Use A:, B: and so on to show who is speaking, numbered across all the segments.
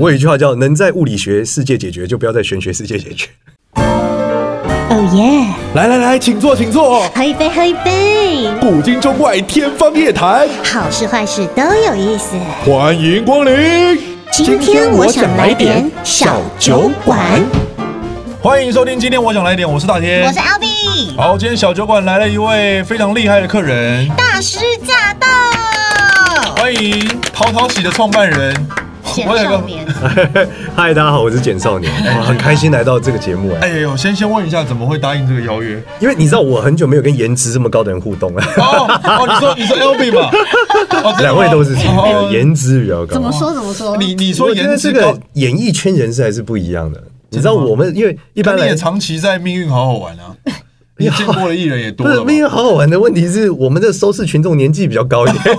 A: 我有一句话叫“能在物理学世界解决，就不要在玄学世界解决
B: 哦耶！
C: 来来来，请坐，请坐。
B: 喝一杯，喝一杯，
C: 古今中外，天方夜谭，
B: 好事坏事都有意思。
C: 欢迎光临。
B: 今天我想来点小酒馆。
C: 欢迎收听，今天我想来点，我是大天，
B: 我是 L B，
C: 嗯好，今天小酒馆来了一位非常厉害的客人，
B: 大师驾到！
C: 欢迎淘淘喜的创办人。
B: 简
C: 我有一
B: 少
C: 个
B: 年，”。
A: 嗨，大家好，我是简 少年，哇，很开心来到这个节目哎，
C: 哎呦，先先问一下，怎么会答应这个邀约？
A: 因为你知道我很久没有跟颜值这么高的人互动了，
C: 哦哦，你说你说 L B 吧，哦真的吗
A: 两位都是
C: 哦
A: 颜值比较
B: 怎么
A: 高。
B: 说怎么说？
C: 你你说
A: 我觉得
C: 颜值
A: 这
C: 高
A: 个，演艺圈人士还是不一样的，你知道我们因为一
C: 但
A: 般
C: 你
A: 来
C: 也长期在命运好好玩啊，你见过的艺人也多
A: 不是
C: 了嘛
A: 命，运好好玩的问题是，我们的收视群众年纪比较高一 点，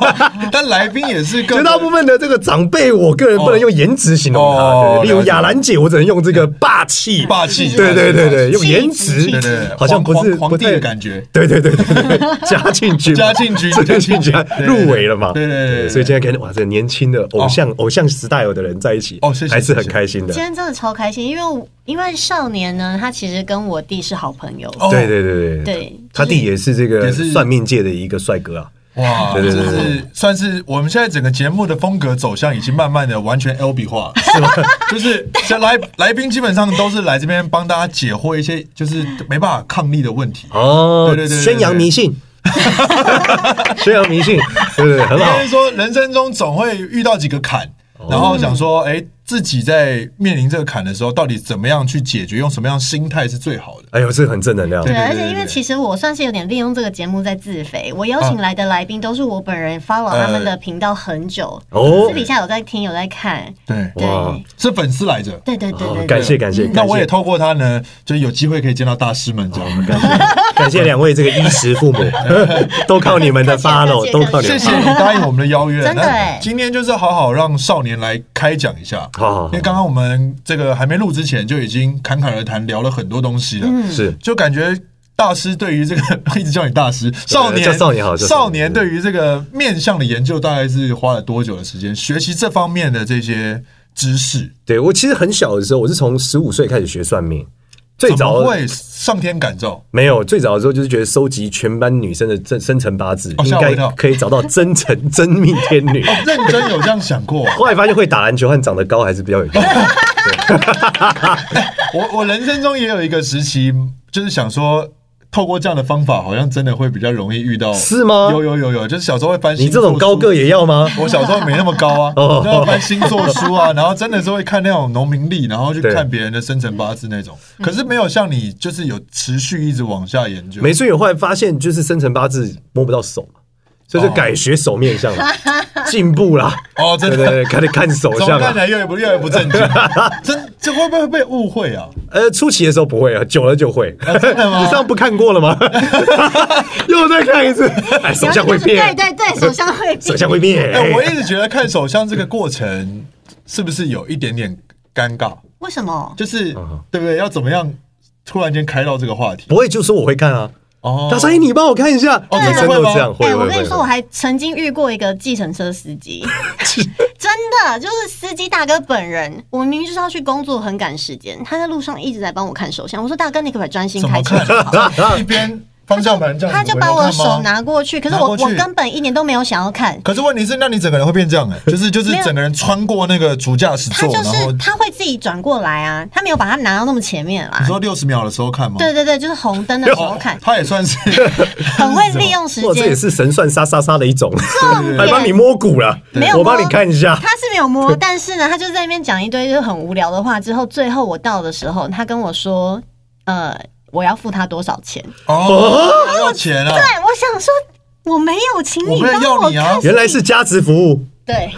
C: 但来宾也是
A: 绝
C: 更
A: 大部分的这个长辈，我个人不能用颜值形容他，
C: 哦
A: 对例如
C: 了解嗯
A: 雅兰姐，我只能用这个霸气，
C: 霸气
A: 对对对对，用
B: 气质
A: 颜
B: 气
A: 值
C: 对
B: 质
C: 对，对
A: 好像不
C: 皇
A: 是
C: 皇
A: 不
C: 皇帝
A: 太
C: 的感觉。
A: 对对对对对， 嘉庆君嘛，
C: 嘉 庆君
A: 最近
C: 嘉
A: 嘉
C: 庆君
A: 入围了嘛？
C: 对对对对对
A: 所以今天看哇，这年轻的偶像偶像时代有的人在一起，
C: 哦谢谢
A: 还是很
C: 谢谢
A: 开心的
B: 今。天真的超开心，因为我因为少年呢，他其实跟我弟是好朋友，
C: 哦
A: 对对对对
B: 对就是
A: 他弟也是这
C: 也
A: 个
C: 是
A: 算命界的一个帅哥啊。
C: 哇，
A: 对
C: 就
A: 对对对
C: 是算是我们现在整个节目的风格走向已经慢慢的完全 L B 化了，是吗？ 就是像来来宾基本上都是来这边帮大家解惑一些就是没办法抗力的问题。
A: 哦，
C: 对对对对对
A: 宣扬迷信，宣扬迷信，对对对，很
C: 应
A: 好
C: 该。说人生中总会遇到几个坎，
A: 哦
C: 然后想说，哎，自己在面临这个坎的时候，到底怎么样去解决，用什么样的心态是最好的？
A: 哎呦，这个很正能量。
B: 对，
C: 对对
B: 而
C: 对
B: 且因为
C: 对
B: 其实我算是有点利用这个节目在自肥。我邀请来的来宾都是我本人 follow 他们的频道很久，
A: 哦
B: 私底下有在听有在看。
C: 对，
A: 哇
B: 对
C: 是粉丝来着。
B: 对对对
A: 哦
B: 对，
A: 感
B: 对
A: 谢感谢，
C: 那我也
A: 感
C: 透过他呢，就是有机会可以见到大师们，这样。
A: 谢感谢两位这个衣食父母，都靠你们的
B: 客气客
A: follow，
B: 气
A: 都靠你
C: 谢
A: 们。
C: 谢你答应我们的邀约，
B: 真的
C: 那
B: 哎
C: 今天就是好好让少年来开讲一下，
A: 好好好
C: 因为刚刚我们这个还没录之前就已经侃侃而谈聊了很多东西了，
A: 是
C: 就感觉。大师对于这个 一直叫你大师，少年
A: 叫少年好叫少年
C: 少年对于这个面向的研究大概是花了多久的时间？学习这方面的这些知识，
A: 对我其实很小的时候，我是从十五岁开始学算命，最
C: 怎
A: 早
C: 么会上天感召？哦
A: 没有，最早的时候就是觉得收集全班女生的生生辰八字，
C: 哦
A: 应
C: 吓我一
A: 该
C: 跳
A: 可以找到真辰真命天女。
C: 认真有这样想过啊？
A: 后来发现会打篮球和长得高还是比较有用。
C: 我我人生中也有一个时期，就是想说，透过这样的方法，好像真的会比较容易遇到，
A: 是吗
C: 有有有有，就是小时候会翻星
A: 你这
C: 座书
A: 种高个，也要吗？
C: 我小时候没那么高啊，
A: 哦
C: 然后翻星座书啊，然后真的是会看那种农民历，然后去
A: 对
C: 看别人的生辰八字那种，可是没有像你就是有持续一直往下研究，
A: 没错，我后来发现就是生辰八字摸不到手嘛，所以就
C: 哦
A: 改学手面相了，进步啦。
C: 哦，真
A: 对
C: 的。
A: 对对，开始看手
C: 怎么
A: 相
C: 看起
A: 了。
C: 来越不越来越 不正经？这这会不会被误会啊？
A: 呃，初期的时候不会啊，久了就会。
C: 真的吗
A: 你上不看过了吗？又再看一次，哎，手相会
B: 对
A: 变，
B: 对对，手相会变
A: 手。相会变。
C: 哎，我一直觉得看手相这个过程是不是有一点点尴尬？
B: 为什么？
C: 就是对不对？要怎么样突然间开到这个话题？
A: 不会就说我会看啊。
C: 哦
A: 他说：“哎，你帮我看一下。”
C: 哦
A: 女生都这样，会
B: 哎，
A: 会
B: 我
A: 会。
B: 跟你说，我还曾经遇过一个计程车司机，真的就是司机大哥本人。我明明就是要去工作，很赶时间，他在路上一直在帮我看手相。我说：“大哥，你可不可以专心
C: 怎
B: 开
C: 么
B: 车
C: 看
B: 就好？”？
C: 一边方向盘这样，
B: 他就把我的手。拿过去，可是我
C: 拿过
B: 我
C: 去
B: 根本一点都没有想要看。
C: 可是问题是，那你整个人会变这 样哎、就是就是
B: 没有
C: 整个人穿过那个主驾驶
B: 他
C: 座，
B: 就
C: 然后
B: 是他会自己转过来啊，他没有把它拿到那么前面啦
C: 你。说六十秒的时候看吗？哦
B: 对对对，就是红灯 的时候看，
C: 他也算是
B: 很会利用时
A: 哇，这也
B: 间。
A: 是神算杀杀杀的一种，
B: 重
A: 还帮你
B: 点
A: 摸骨了。
B: 没有
A: 我
B: 摸
A: 帮你看一下。
B: 他是没有摸，但是呢，他就在那边讲一堆就是很无聊的话。之后最后我到的时候，他跟我说，呃，我要付他多少钱？
C: 哦，要钱啊
B: 对，！我想说我没有请
C: 我
B: 你
C: 没有
B: 帮
C: 要
B: 我
C: 你啊
B: 看，
A: 原来是价值服务，
B: 对，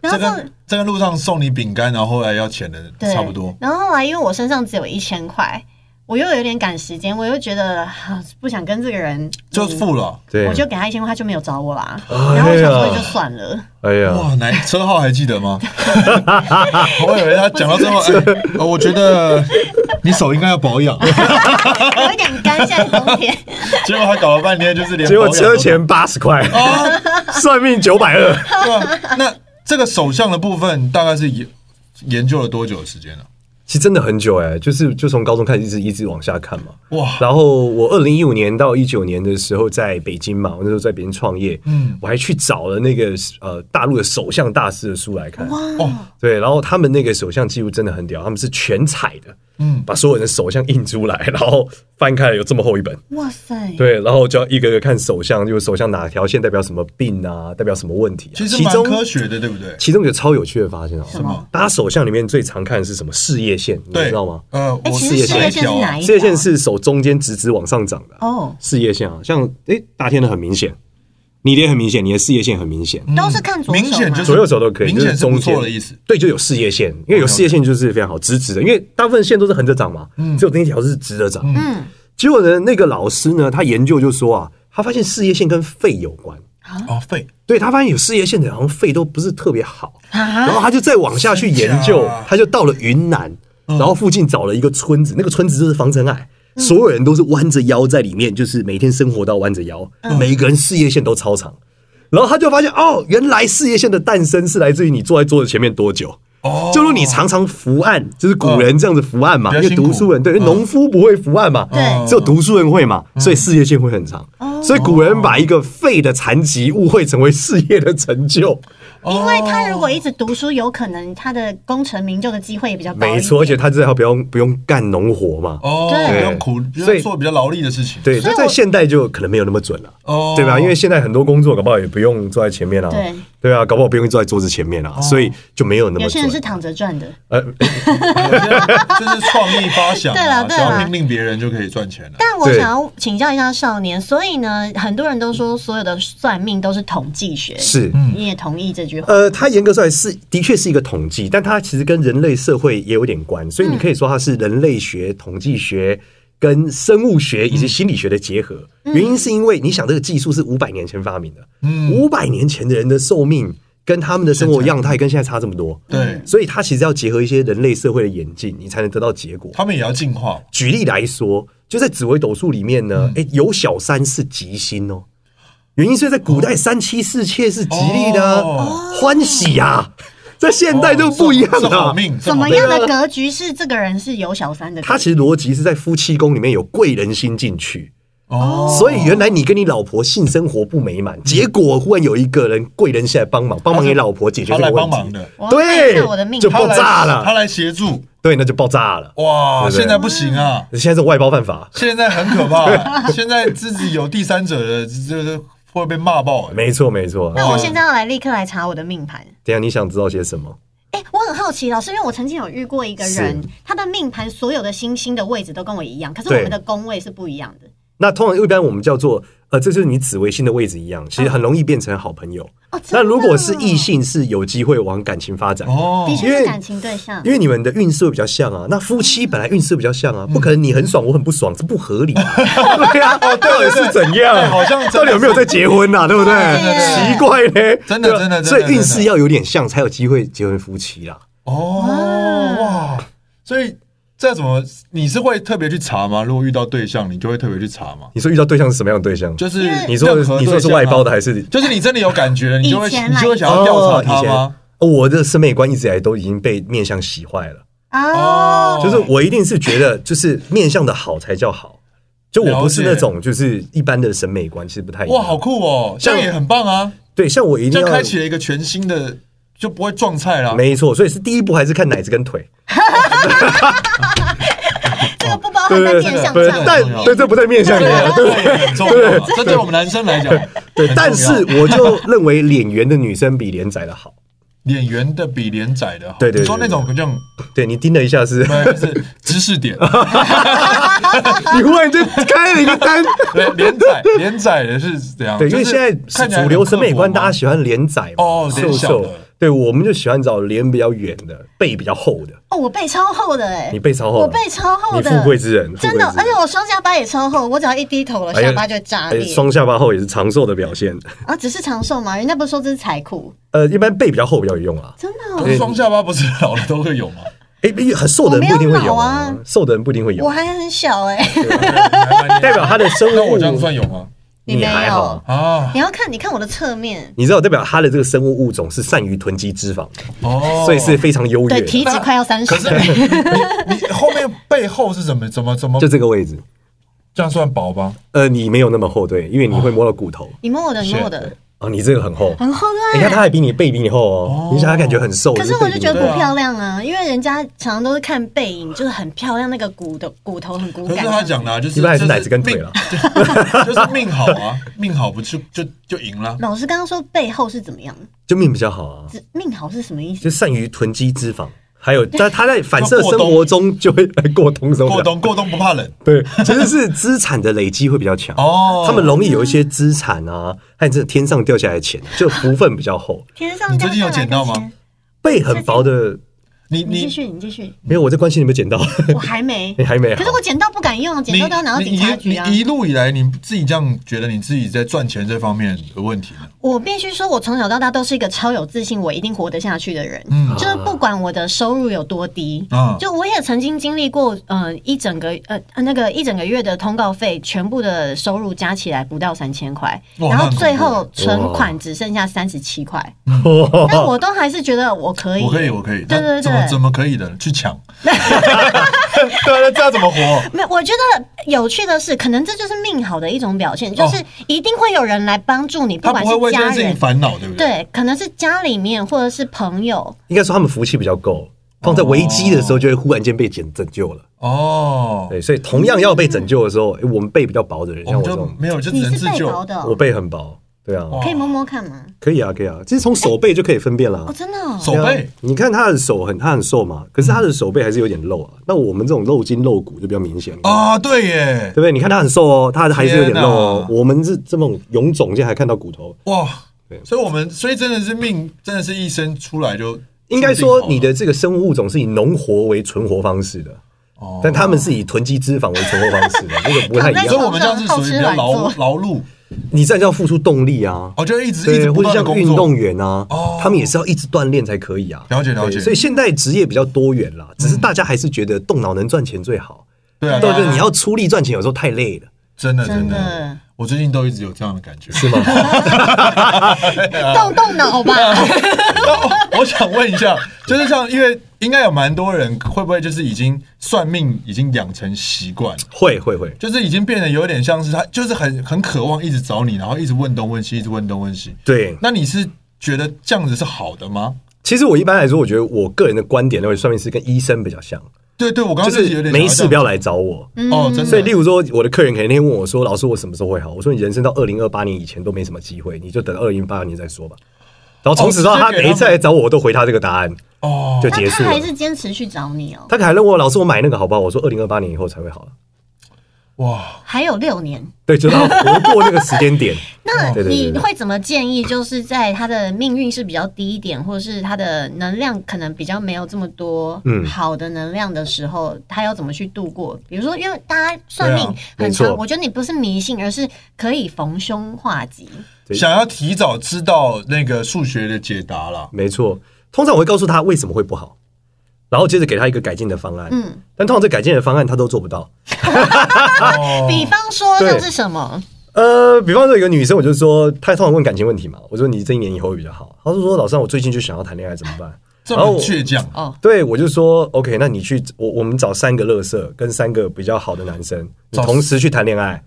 B: 然后
C: 这
B: 这样
C: 跟这跟路上送你饼干，然后后来要钱的
B: 对，
C: 差不多。
B: 然后后来因为我身上只有一千块，我又有点赶时间，我又觉得、啊、不想跟这个人，
C: 就付了。
A: 对
B: 我，就给他一千块，他就没有找我啦。
A: 哎呀
B: 然后我想说就算了，
A: 哎呀，
C: 哇，哪车号还记得 吗？我以为他讲到最后，哎呃我觉得你手应该要 保养，
B: 有一点干，现在冬天。
C: 结果他搞了半天就是连
A: 结果
C: 保养
A: 车
C: 都
A: 钱八十块，
C: 哦
A: 算命九百二，
C: 对啊那这个手相的部分大概是有研究了多久的时间呢、
A: 其实真的很久哎、就是就从高中开始一直一直往下看嘛。
C: 哇
A: 然后我二零一五年到一九年的时候在北京嘛，我那时候在北京创业，
C: 嗯
A: 我还去找了那个呃大陆的首相大师的书来看，
C: 哦，
A: 对，然后他们那个首相记录真的很屌，他们是全彩的，
C: 嗯，
A: 把所有人的首相印出来，然后翻开有这么厚一本，
B: 哇塞，
A: 对，然后就要一个个看首相，就是首相哪条线代表什么病啊，代表什么问题、啊，
C: 其实蛮
A: 中
C: 科学的，对不对？
A: 其中有超有趣的发现啊，
B: 什么？
A: 大家首相里面最常看的是什么事业线，你
C: 对，
A: 知道吗？
C: 呃，
B: 哎，
C: 我
B: 其实
A: 业
B: 事
A: 线
B: 业
A: 哪
B: 线是哪一条？啊
A: 事业线是手中间直直往上涨的啊、
B: 哦，
A: 事业线啊，像诶大天的很明显，你的也很明显，你的事业线很明显，
B: 都是看左手吗
A: 嗯
C: 明显就是
A: 左右手都可以，
C: 明
A: 就
C: 显
A: 是
C: 是不
A: 中间
C: 错的意思。。
A: 对，就有事业线，因为有事业线就是非常好，直直的，因为大部分线都是横着长嘛，
C: 嗯
A: 只有那一条是直着长。
B: 嗯
A: 结果呢，那个老师呢，他研究就说啊，他发现事业线跟肺有关。
C: 哦，肺
A: 对他发现有事业线的人好像肺都不是特别好，然
B: 啊，
A: 后他就再往下去研
C: 真
A: 究
C: 假，
A: 他就到了云南，然后附近找了一个村子，那个村子就是防尘矮，所有人都是弯着腰在里面，就是每天生活到弯着腰，每一个人事业线都超长。然后他就发现哦，原来事业线的诞生是来自于你坐在桌子前面多久。
C: 哦，
A: 就是你常常伏案，就是古人这样子伏案嘛，
C: 嗯
A: 因为
C: 比较辛苦
A: 读书人对，因为农夫不会伏案嘛，
B: 对
A: 只有读书人会嘛，所以事业线会很长。所以古人把一个废的残疾误会成为事业的成就，
C: 哦
B: 因为他如果一直读书，有可能他的功成名就的机会也比较高一点。
A: 没错，而且他至少不用不用干农活嘛。
C: 哦，
B: 对
C: 比较苦，比
A: 所以
C: 较做比较劳力的事情。
A: 对，
B: 所以
A: 那
B: 我
A: 在现代就可能没有那么准了，
C: 哦
A: 对吧？因为现在很多工作搞不好也不用坐在前面啊，
B: 对
A: 啊，搞不好不用坐在桌子前面啊，所以就没有那么
B: 有些人
A: 准
B: 是。躺着赚的，
A: 呃，
C: 有些就是创意发想
B: 对啦
C: 啊，
B: 对
C: 只
B: 啦
C: 要命令别人就可以赚钱了。
B: 但我
A: 对
B: 想要请教一下少年，所以呢，很多人都说所有的算命都是统计学，
A: 是，嗯
B: 你也同意这句话？
A: 呃，它严格说来是的确是一个统计，但它其实跟人类社会也有点关，所以你可以说它是人类学、统计学。跟生物学以及心理学的结合，原因是因为你想这个技术是五百年前发明的，五百、年前的人的寿命跟他们的生活样态跟现在差这么多，
C: 对
A: 所以它其实要结合一些人类社会的演进，你才能得到结果。
C: 他们也要进化，
A: 举例来说，就在紫微斗数里面
C: 嗯
A: 呢，诶，有小三是吉星哦。原因是在古代三妻四妾是吉利的啊、
C: 哦
A: 欢喜啊，在现代就不一样啊
C: 是
A: 了、
C: 好命，是
B: 怎
C: 好
B: 么
C: 命
B: 样的格局是这个人是有小三的格局？
A: 它其实逻辑是在夫妻宫里面有贵人星进去，
C: 哦，嗯
A: 所以原来你跟你老婆性生活不美满，结果忽然有一个人贵人下来帮忙，帮忙你老婆解决这
C: 他
A: 个
C: 来
A: 问
C: 帮
A: 题
C: 忙，的，
B: 我要看一
A: 对
B: 下我的命
A: 就
B: 盘
A: 爆炸
C: 他来他
A: 了，
C: 来协助，
A: 对，那就爆炸了。
C: 哇，
A: 对不对
C: 现在不行啊，
A: 现在是外包犯法，
C: 现在很可怕，啊现在自己有第三者的，就是会被骂爆。啊
A: 没错没错。
B: 那我现在要来立刻来查我的命盘。
A: 等一下你想知道些什么？
B: 哎、我很好奇，老师，因为我曾经有遇过一个人，他的命盘所有的星星的位置都跟我一样，可是我
A: 对
B: 们的宫位是不一样的。
A: 那通常一般我们叫做呃，这就是你紫微星的位置一样，其
C: 嗯
A: 实很容易变成好朋友。
B: 哦，真
A: 那
B: 的
A: 如果是异，性，是有机会往感情发展。
C: 哦
B: 的，
A: 因
B: 确是
A: 为
B: 感情对象
A: 因。为你们的运势会比较像啊，那夫妻本来运势比较像
C: 嗯
A: 啊，不可能你很爽我很不爽，这不 合理、啊。对啊，到底是怎样？
C: 好像真的是
A: 到底有没有在结婚呐、啊？对不对？
B: 对
A: 奇怪嘞，
C: 真的
A: 对啊
C: 真的真的
A: 所以运势
C: 真的
A: 要有点像，才有机会结婚夫妻啦。
C: 哦，哇，所以这怎么你是会特别去查吗？如果遇到对象，你就会特别去查吗？
A: 你说遇到对象是什么样的对象？
C: 就是
A: 你说
C: 任何对象啊
A: 你说是外包的还是
C: 就是你真的有感觉了，你就会
B: 以前
C: 你
B: 啦
C: 就会想要调查
A: 哦
C: 他
A: 以前
C: 吗？
A: 哦我的审美观一直以来都已经被面相洗坏了。
B: 哦，
A: 就是我一定是觉得，就是面向的好才叫好，就我不是
C: 了解
A: 那种就是一般的审美观，其实不太一样。
C: 哇，好酷哦，这
A: 像
C: 样也很棒啊，
A: 对，像我一定
C: 这样
A: 要
C: 开启了一个全新的，就不会撞菜了。
A: 没错，所以是第一步还是看奶子跟腿，
B: 这个不包哦含在面相
A: 对
B: 上，
A: 但对这不在面 向里面，对
C: 这也很重要，这对我们男生来讲很重要，
A: 对。但是我就认为脸圆的女生比脸窄的好。
C: 脸圆的比脸窄的好，
A: 对对对
C: 你说那种这样，
A: 对你盯了一下 是，
C: 呃，就是知 识点，
A: 你忽然就开了一个单。
C: 对脸窄，脸窄的是怎样？
A: 对，因
C: 啊就
A: 为
C: 是
A: 现在
C: 看起来
A: 主流审美观，
C: 很刻薄
A: 大
C: 吗
A: 家喜欢脸窄嘛，
C: 哦脸
A: 瘦
C: 小
A: 瘦
C: 的。
A: 对，我们就喜欢找脸比较圆的，背比较厚的。
B: 哦，我背超厚的哎、
A: 你背超厚
B: 我
A: 了，
B: 背超厚的，
A: 你富贵之人，
B: 真
A: 富贵之
B: 的，
A: 人
B: 而且我双下巴也超厚，我只要一低头了，
A: 哎呀
B: 下巴就会炸
A: 哎
B: 裂。
A: 双下巴厚也是长寿的表现。
B: 啊，只是长寿嘛，人家不是说这是财库，
A: 呃，一般背比较厚比较有用啊。
B: 真的哦、
C: 可是双下巴不是老了都会有 吗？
A: 哎、很瘦的人不一定会有
B: 我没有老啊
A: 瘦的人不一定会有
B: 我，还很小哎、
C: 对还蛮厉害
A: 代表他的生
C: 那我
A: 物
C: 这样算有吗？
B: 你
A: 你
B: 没
A: 还
B: 有
A: 好。
C: 啊，
B: 你要看，你看我的侧面，
A: 你知道代表它的这个生物物种是善于囤积脂肪的，
C: 哦，
A: 所以是非常优越
B: 对，
A: 的，
B: 体脂快要三十
C: 可是你 你你后面背后是怎么怎么怎么
A: 就这个位置。
C: 这样算薄吧？
A: 呃，你没有那么厚，对，因为你会摸到骨头。
B: 你摸我的，你摸我
C: 是
B: 的，
A: 哦，你这个很厚，
B: 很厚的啊。
A: 你看它还比你背比你厚哦
C: 哦，
A: 你想它感觉很瘦，
B: 可是我就觉得
A: 背比你
B: 不
A: 厚
B: 漂亮啊，因为人家常常都是看背影，就是很漂亮，那个骨的骨头很骨
C: 可是
B: 感。
C: 他讲的啊就是
A: 一般还是
C: 就
A: 奶子跟腿啦
C: 命就就是命好啊，命好不就就就赢 了。
B: 老师刚刚说背后是怎么样？
A: 就命比较好啊，
B: 只命好是什么意思？
A: 就善于囤积脂肪，还 有它它在反射生活中就会过冬什么的
C: 过冬过冬不怕冷
A: 对，其实是资产的累积会比较强
C: 哦
A: 他们容易有一些资产啊，还有这天上掉下来的钱，就福分比较 厚，
B: 天上
C: 你最近
B: 掉下
C: 有捡
B: 来的
C: 到吗
B: 钱？
A: 背很薄的
C: 你
B: 你
C: 你
B: 继续，你继续，
A: 没有，我在关心你有没有 捡到，
B: 我还没
A: 你。还没好，
B: 可是我捡到不敢用，捡
C: 啊你
B: 到都要拿到警
C: 你
B: 察局啊
C: 你！一路以来你自己这样觉得你自己在赚钱这方面有问题呢？
B: 我必须说，我从小到大都是一个超有自信，我一定活得下去的人。
C: 嗯
B: 就是不管我的收入有多低，
C: 啊
B: 就我也曾经经历过，呃，一整个呃那个一整个月的通告费，全部的收入加起来不到三千块，
C: 哇
B: 然后最
C: 那很
B: 后
C: 恐欸
B: 存款只剩下三十七块，
A: 我
B: 但我都还是觉得我可以，
C: 我可以，我可以，
B: 对对
C: 那怎么
B: 对
C: 怎。么可以的？去抢，对啊，这样怎么活？
B: 没有，我觉得有趣的是，可能这就是命好的一种表现，就是一定会有人来帮助你，不
C: 哦他
B: 管
C: 不
B: 是
C: 会为这
B: 家
C: 件事情
B: 人，
C: 烦恼，对不对？
B: 对，可能是家里面或者是朋友，
A: 应该说他们福气比较够，放在危机的时候就会忽然间被拯拯救了。
C: 哦，
A: 对，所以同样要被拯救的时候，诶我们背比较薄的人，
C: 我
A: 像我
C: 们
A: 这
C: 就
A: 种，
C: 没有，就只
B: 你
C: 能
B: 是
C: 自
B: 背
C: 救。
B: 薄的哦、
A: 我背很薄，对啊，
C: 哇
B: 可以摸摸看吗？
A: 可以啊，可以啊，其实从手背就可以分辨啦
B: 哦，。真的、哦，
C: 手
A: 对啊
C: 背，
A: 你看他的手很，他很瘦嘛，可是他的手背还是有点露啊。那我们这种露筋露骨就比较明显啊，
C: 啊，对耶
A: 对，不对？你看他很瘦哦，他还是有点露哦。
C: 天
A: 我们是这种臃肿，现在还看到骨头。
C: 哇
A: 对！
C: 所以我们，所以真的是命，真的是一生出来就
A: 应该说，你
C: 注定
A: 的这个生物物种是以农活为存活方式的，
C: 好了，哦
A: 但他们是以囤积脂肪为存活方式的，那个不太一
B: 躺在
C: 所以
A: 样。
C: 我们这样是属于比较劳
B: 好吃懒
C: 劳碌，
A: 你这样就要付出动力啊。
C: 哦，就一直一
A: 对，
C: 直
A: 或
C: 不
A: 者
C: 断的
A: 像
C: 工
A: 运
C: 作
A: 动员啊
C: 哦，
A: 他们也是要一直锻炼才可以啊。
C: 了解了解嗯
A: 对所以现在职业比较多元啦，只是大家还是觉得动脑能赚钱最好。
C: 对啊，
A: 对，就是
C: 对啊
A: 你要出力赚钱，有时候太累了。
C: 真的真
B: 真
C: 的，
B: 的，
C: 我最近都一直有这样的感觉， 是吗？啊
B: 动动脑 吧。
C: 哦我想问一下，就是像因为应该有蛮多人会不会就是已经算命已经养成习惯，
A: 会会会，
C: 就是已经变得有点像是他就是很很渴望一直找你，然后一直问东问西，一直问东问西。
A: 对。
C: 那你是觉得这样子是好的吗？
A: 其实我一般来说，我觉得我个人的观点认为，算命师跟医生比较像，
C: 对对，我刚
A: 就
C: 刚就是有
A: 是
C: 点
A: 没事
C: 想
A: 不
C: 要
A: 要来找我。
C: 这样
B: 嗯
C: 哦，真的。
A: 所以，例如说，我的客人可能那天问我说：“老师，我什么时候会好？”我说：“你人生到二零二八年以前都没什么机会，你就等二零八年再说吧。”然后从此到
C: 哦
A: 他
C: 直接给他们
A: 每一次来找我，我都回他这个答案，
C: 哦，
A: 就结
B: 那
A: 束了
B: 他还。是坚持去找你哦，
A: 他还问我：“老师，我买那个好不好？”我说：“二零二八年以后才会好了。
C: 哇，
B: 还有六年。”
A: 对，就是要活过那个时间点。
B: 那
A: 对对对
B: 你
A: 对
B: 会怎么建议？就是在他的命运是比较低一点，或者是他的能量可能比较没有这么多
A: 嗯
B: 好的能量的时候，他要怎么去度过？比如说，因为大家算
C: 对啊
B: 命
A: 没
B: 很
A: 错
B: 长，我觉得你不是迷信，而是可以逢凶化吉。
A: 对
C: 想要提早知道那个数学的解答啦。
A: 没错，通常我会告诉他为什么会不好，然后接着给他一个改进的方案。
B: 嗯，
A: 但通常这改进的方案他都做不到。啊
C: 哦
B: 比方说
A: 对
B: 像是什么？
A: 呃，比方说有个女生，我就说她通常问感情问题嘛，我说你这一年以后会比较好，她就说老师，我最近就想要谈恋爱，怎么办？
C: 这
A: 然后
C: 么
A: 我
C: 倔强，
B: 哦，
A: 对，我就说 OK，那你去我我们找三个乐色跟三个比较好的男生，你
C: 找
A: 同时去谈恋爱，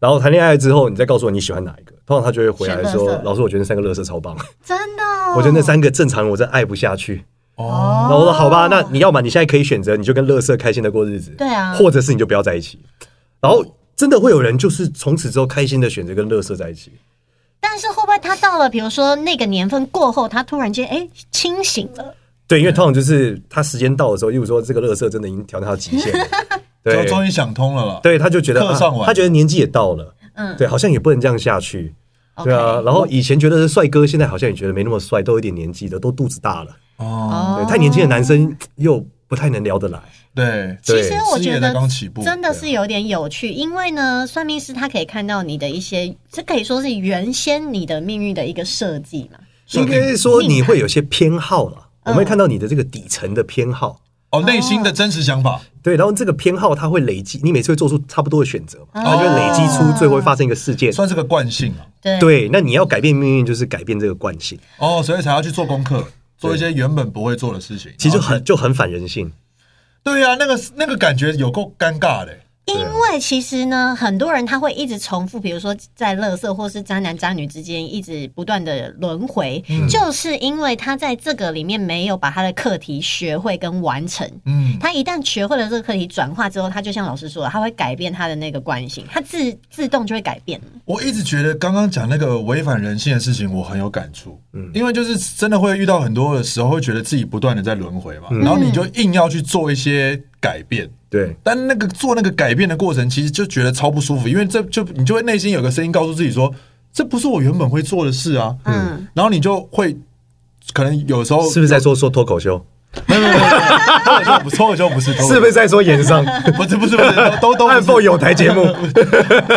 A: 然后谈恋爱之后，你再告诉我你喜欢哪一个。通常他就会回来
B: 选垃
A: 说
B: 圾：“
A: 老师，我觉得那三个乐色超棒，
B: 真的哦、
A: 我觉得那三个正常人我真爱不下去。”
C: 哦，
A: 然后我说好吧，那你要么你现在可以选择，你就跟乐色开心的过日子，
B: 对啊
A: 或者是你就不要在一起。然后真的会有人就是从此之后开心的选择跟乐色在一起，
B: 但是会不会他到了，比如说那个年份过后，他突然间哎、清醒了，
A: 对，因为通常就是他时间到的时候，例如说这个乐色真的已经调到他极 限了，
C: 终
A: 对，
C: 终于想通了啦。
A: 对，他就觉得
C: 课上完
A: 啊他觉得年纪也到了，
B: 嗯
A: 对，好像也不能这样下去。
B: OK
A: 对啊，然后以前觉得是帅哥，现在好像也觉得没那么帅，都有点年纪的，都肚子大了。
C: 哦，
A: 对，太年轻的男生又不太能聊得来。
C: 对，
B: 其
A: 对
B: 实我
C: 事
B: 觉
C: 业
B: 得
C: 才刚起步
B: 真的
C: 对啊
B: 是有点有趣，因为呢，算命师他可以看到你的一些，这可以说是原先你的命运的一个设计嘛。
C: 设
A: 应
C: 定
B: 嗯
A: 该说你会有些偏好了，我们会看到你的这个底层的偏好。
C: 哦，内心的真实想法，
A: 对，然后这个偏好它会累积，你每次会做出差不多的选择嘛，
B: 哦
A: 它就会累积出最后会发生一个事件。
C: 算是个惯性啊。
B: 对，
A: 对，那你要改变命运，就是改变这个惯性，
C: 哦，所以才要去做功课，做一些原本不会做的事情。
A: 其实就
C: 然后
A: 很就很反人性。
C: 对啊呀、那个那个感觉有够尴尬的。
B: 因为其实呢，很多人他会一直重复，比如说在乐色或是渣男渣女之间一直不断的轮回，
C: 嗯
B: 就是因为他在这个里面没有把他的课题学会跟完成。
C: 嗯，
B: 他一旦学会了这个课题转化之后，他就像老师说的，他会改变他的那个惯性，他自自动就会改变。
C: 我一直觉得刚刚讲那个违反人性的事情，我很有感触。嗯，因为就是真的会遇到很多的时候，会觉得自己不断的在轮回
A: 嗯
C: 嘛，然后你就硬要去做一些改变。
A: 对，
C: 但那个做那个改变的过程，其实就觉得超不舒服，因为这就你就会内心有个声音告诉自己说，这不是我原本会做的事啊。
B: 嗯，
C: 然后你就会可能有时候
A: 是不是在说说脱口秀？
C: 错的时候不错的时候不是，
A: 是不是在说演上？
C: 不是不是不是都都都
A: 暗
C: 不
A: 讽
C: 是
A: 有台节 目？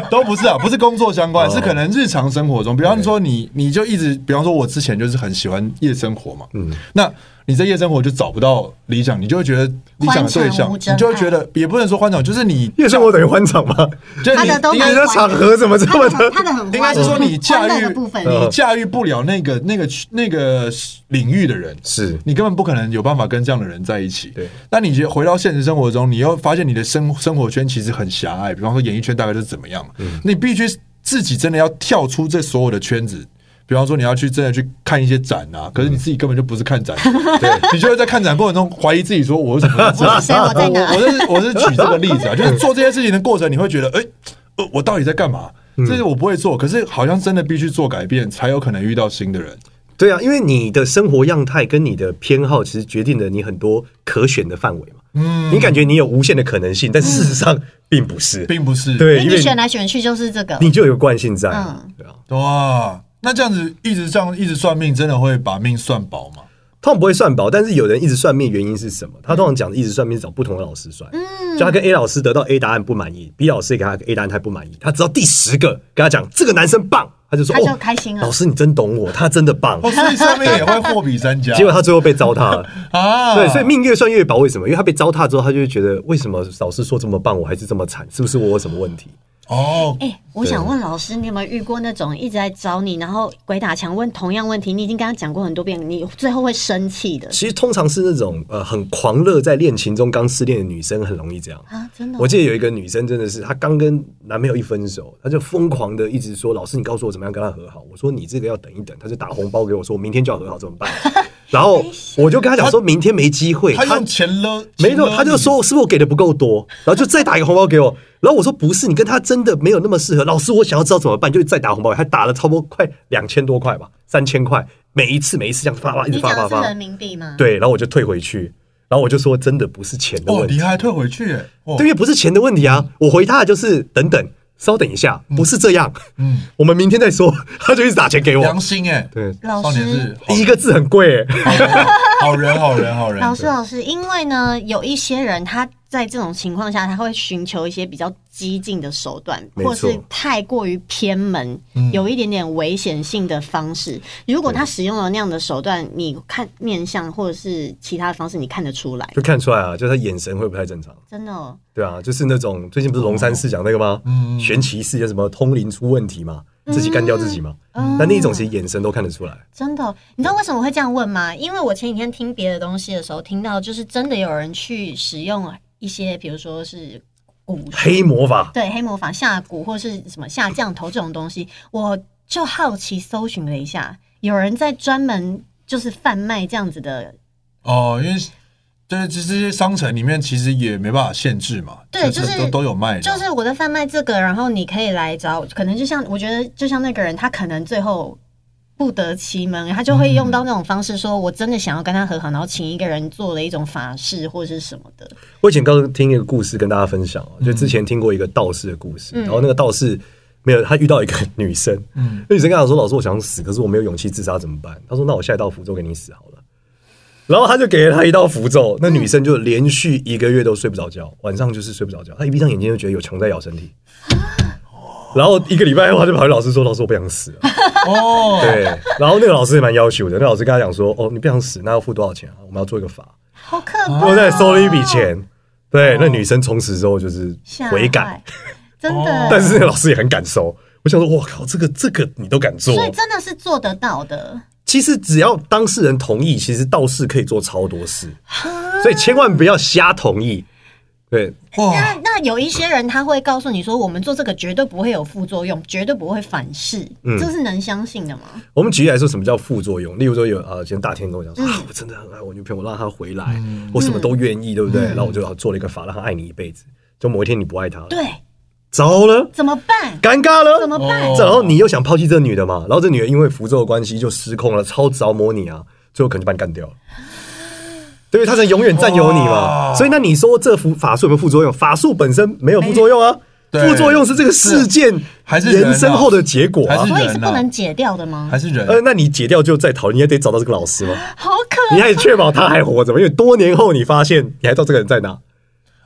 C: 都不 是啊，不是工作相关，
A: 哦
C: 是可能日常生活中，比方说你你就一直，比方说我之前就是很喜欢夜生活嘛，嗯，那你在夜生活就找不到理想，你就会觉得理想的对
B: 欢场
C: 象，
B: 无真爱
C: 你就会觉得也不能说欢场，就是 你
A: 夜生活等于欢场吗？
C: 就是
B: 他
C: 你
B: 的都
C: 应
A: 你
C: 该
A: 的场合怎么这么的？
B: 他的很
C: 应该是说你驾驭
B: 的部分，
A: 嗯
C: 你驾驭不了那个那个那个领域的人，
A: 是
C: 你根本不可能有办法跟这样的人在一起。
A: 对，
C: 那你觉得回到现实生活中，你又发现你的生生活圈其实很狭隘，比方说演艺圈大概是怎么样，
A: 嗯
C: 你必须自己真的要跳出这所有的圈子。比方说，你要去真的去看一些展啊，可是你自己根本就不是看展的， 对你就会在看展过程中怀疑自己，说我为什么在这里？
B: 我是谁我在哪
C: 我我是我是举这个例 子啊，就是做这些事情的过程，你会觉得，哎、呃我到底在干嘛？
A: 嗯
C: 这是我不会做，可是好像真的必须做改变，才有可能遇到新的人。
A: 对啊，因为你的生活样态跟你的偏好，其实决定了你很多可选的范围嘛。嗯，你感觉你有无限的可能性，但事实上并不是。
C: 并不是
A: 对，
B: 因
A: 因
B: 为
A: 为
B: 你选来选去就是这个。
A: 你就有惯性在啊。
B: 嗯
A: 对啊，
C: 哇，那这样子一直这样一直算命，真的会把命算薄吗？
A: 通常不会算薄，但是有人一直算命，原因是什么？他通常讲的一直算命是找不同的老师算，嗯，就他跟 A 老师得到 A 答案不满意，B 老师也给他个 A 答案他不满意，他直到第十个跟他讲这个男生棒，他就说
B: 他就
A: 哦
B: 开心了
A: 老师你真懂我，他真的棒
C: 哦，，所以算命也会货比三 家。
A: 结果他最后被糟蹋了。
C: 啊，
A: 对，所以命越算越薄，为什么？因为他被糟蹋之后，他就会觉得为什么老师说这么棒，我还是这么惨，是不是我有什么问题？
C: 哦，
B: 哎、我想问老师，你有没有遇过那种一直在找你，然后鬼打墙问同样问题，你已经跟他讲过很多遍，你最后会生气 的
A: 其实通常是那种呃很狂热在恋情中刚失恋的女生很容易这样。
B: 啊？真的哦、
A: 我记得有一个女生真的是，她刚跟男朋友一分手，她就疯狂的一直说：“老师，你告诉我怎么样跟他和好？”我说：“你这个要等一等。”她就打红包给我说：“我明天就要和好，怎么 办？”然后我就跟她讲说：“明天没机 会。”
C: 他用钱勒，
A: 没错，
C: 钱勒
A: 他就说是不是我给的不够多，然后就再打一个红包给我。然后我说不是，你跟他真的没有那么适合。老师，我想要知道怎么办，就再打红包。他打了差不多快两千多块吧，三千块，每一次每一次这样发发，一直
B: 哦你
A: 发
B: 讲
A: 发
B: 的是人
A: 发。
B: 民币吗？，
A: 对，然后我就退回去，然后我就说真的不是钱的
C: 你，哇，
A: 问
C: 你
A: 题，
C: 哦还退回去哦耶，哇
A: 对，因为不是钱的问题啊。我回他的就是等等，稍等一下，不是这样，嗯，我们明天再说。他就一直打钱给我
C: 良，心哎，
A: 对，
B: 老
C: 少年
B: 师
C: 是。
A: 第一个字很贵、欸，
C: 好人，好人，好人，
B: 老师，老师，因为呢，有一些人他在这种情况下，他会寻求一些比较激进的手段，
A: 没
B: 或是
A: 错嗯
B: 太过于偏门，有一点点危险性的方式。如果他使用了那样的手段，你看面相或者是其他的方式，你看得出来，
A: 就看出来啊，就是他眼神会不太正常。
B: 真的、哦。
A: 对啊，就是那种最近不是龙山寺讲那个吗？玄奇寺有什么通灵出问题嘛，自己干掉自己嘛。那那一种其实眼神都看得出来。
B: 真的哦、你知道为什么会这样问吗？因为我前几天听别的东西的时候，听到就是真的有人去使用一些，比如说是蛊术
A: 黑魔法，
B: 对黑魔法下蛊或是什么下降头这种东西，我就好奇搜寻了一下，有人在专门就是贩卖这样子的，
C: 哦，因为就是这些商城里面其实也没办法限制嘛，
B: 对就是
C: 是都都有卖的，啊
B: 就是我在贩卖这个，然后你可以来找我，可能就像我觉得就像那个人，他可能最后。不得其门，他就会
A: 嗯
B: 用到那种方式，说我真的想要跟他和好，然后请一个人做了一种法事或者是什么的。
A: 我以前刚听一个故事跟大家分享哦、就之前听过一个道士的故事，然后那个道士没有他遇到一个女生，那女生跟他说：“老师，我想死，可是我没有勇气自杀，怎么办？”他说：“那我下一道符咒给你死好了。”然后他就给了她一道符咒，那女生就连续一个月都睡不着觉，晚上就是睡不着觉，她一闭上眼睛就觉得有虫在咬身体。然后一个礼拜后，她就跑去老师说：“老师，我不想死了。”
C: 哦，
A: 对，然后那个老师也蛮要求的，那老师跟他讲说：“哦，你不想死，那要付多少钱啊？我们要做一个法。”
B: 好可怕、哦
A: 我在收了一笔钱。对，那女生从此之后就是
B: 吓
A: 悔改哦
B: 坏，，真的。
A: 但是那个老师也很敢收。我想说，我靠，这个这个你都敢做？
B: 所以真的是做得到的。
A: 其实只要当事人同意，其实道士可以做超多事，所以千万不要瞎同意。对，
C: 哇
B: 那那有一些人他会告诉你说，我们做这个绝对不会有副作用，绝对不会反噬，
C: 嗯
B: 这是能相信的吗？
A: 我们举例来说，什么叫副作用？例如说有呃，今天大天跟我
B: 嗯
A: 讲说、啊，我真的很爱我女朋友，我让她回来，我什么都愿意，对
B: 嗯
A: 不对？然后我就要做了一个法，让她爱你一辈子。就某一天你不爱她了，
B: 对，
A: 糟了，
B: 怎么办？
A: 尴尬了，
B: 怎么办？
C: 哦
A: 这然后你又想抛弃这个女的嘛？然后这女的因为符咒的关系就失控了，超着魔你啊，最后可能就把你干掉了。对，她才永远占有你嘛。
C: 哇
A: 所以那你说这符法术有没有副作用？法术本身没有副作用啊，
C: 对
A: 副作用是这个事件
C: 还是人啊
A: 延伸后的结果啊
C: 还。
B: 所以是
C: 人啊
B: 不能解掉的吗
C: 还？是人
A: 呃，那你解掉就再讨论，你也得找到这个老 师嘛，
B: 好可
A: 你还得确保他还活着嘛，因为多年后你发现你还知道这个人在哪，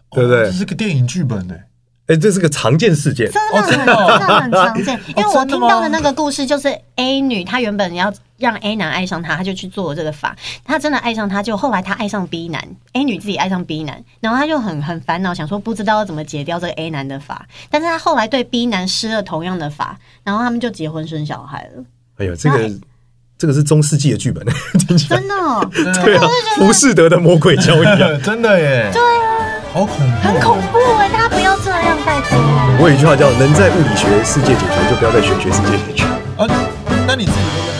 A: 对不
C: 哦
A: 对
C: 这？是个电影剧本呢。
A: 哎，这是个常见事件。
B: 真的很哦真的很常见，因为我
C: 真的
B: 听
C: 吗
B: 到的那个故事就是 A 女，她原本要让 A 男爱上她，她就去做这个法，她真的爱上他，就后来她爱上 B 男，A 女自己爱上 B 男，然后她就很很烦恼，想说不知道要怎么解掉这个 A 男的法，但是她后来对 B 男施了同样的法，然后他们就结婚生小孩了，
A: 哎呦，这个这个是中世纪的剧本，
C: 啊
A: 听起来
B: 真的哦、
A: 对啊，浮士德的魔鬼交易啊。
C: 真的耶，对啊，好恐怖，
B: 很恐怖哎、大家不要这样，拜托。
A: 我有一句话叫“能在物理学世界解决，就不要在玄学世界解决”。
C: 啊！那你自己会不会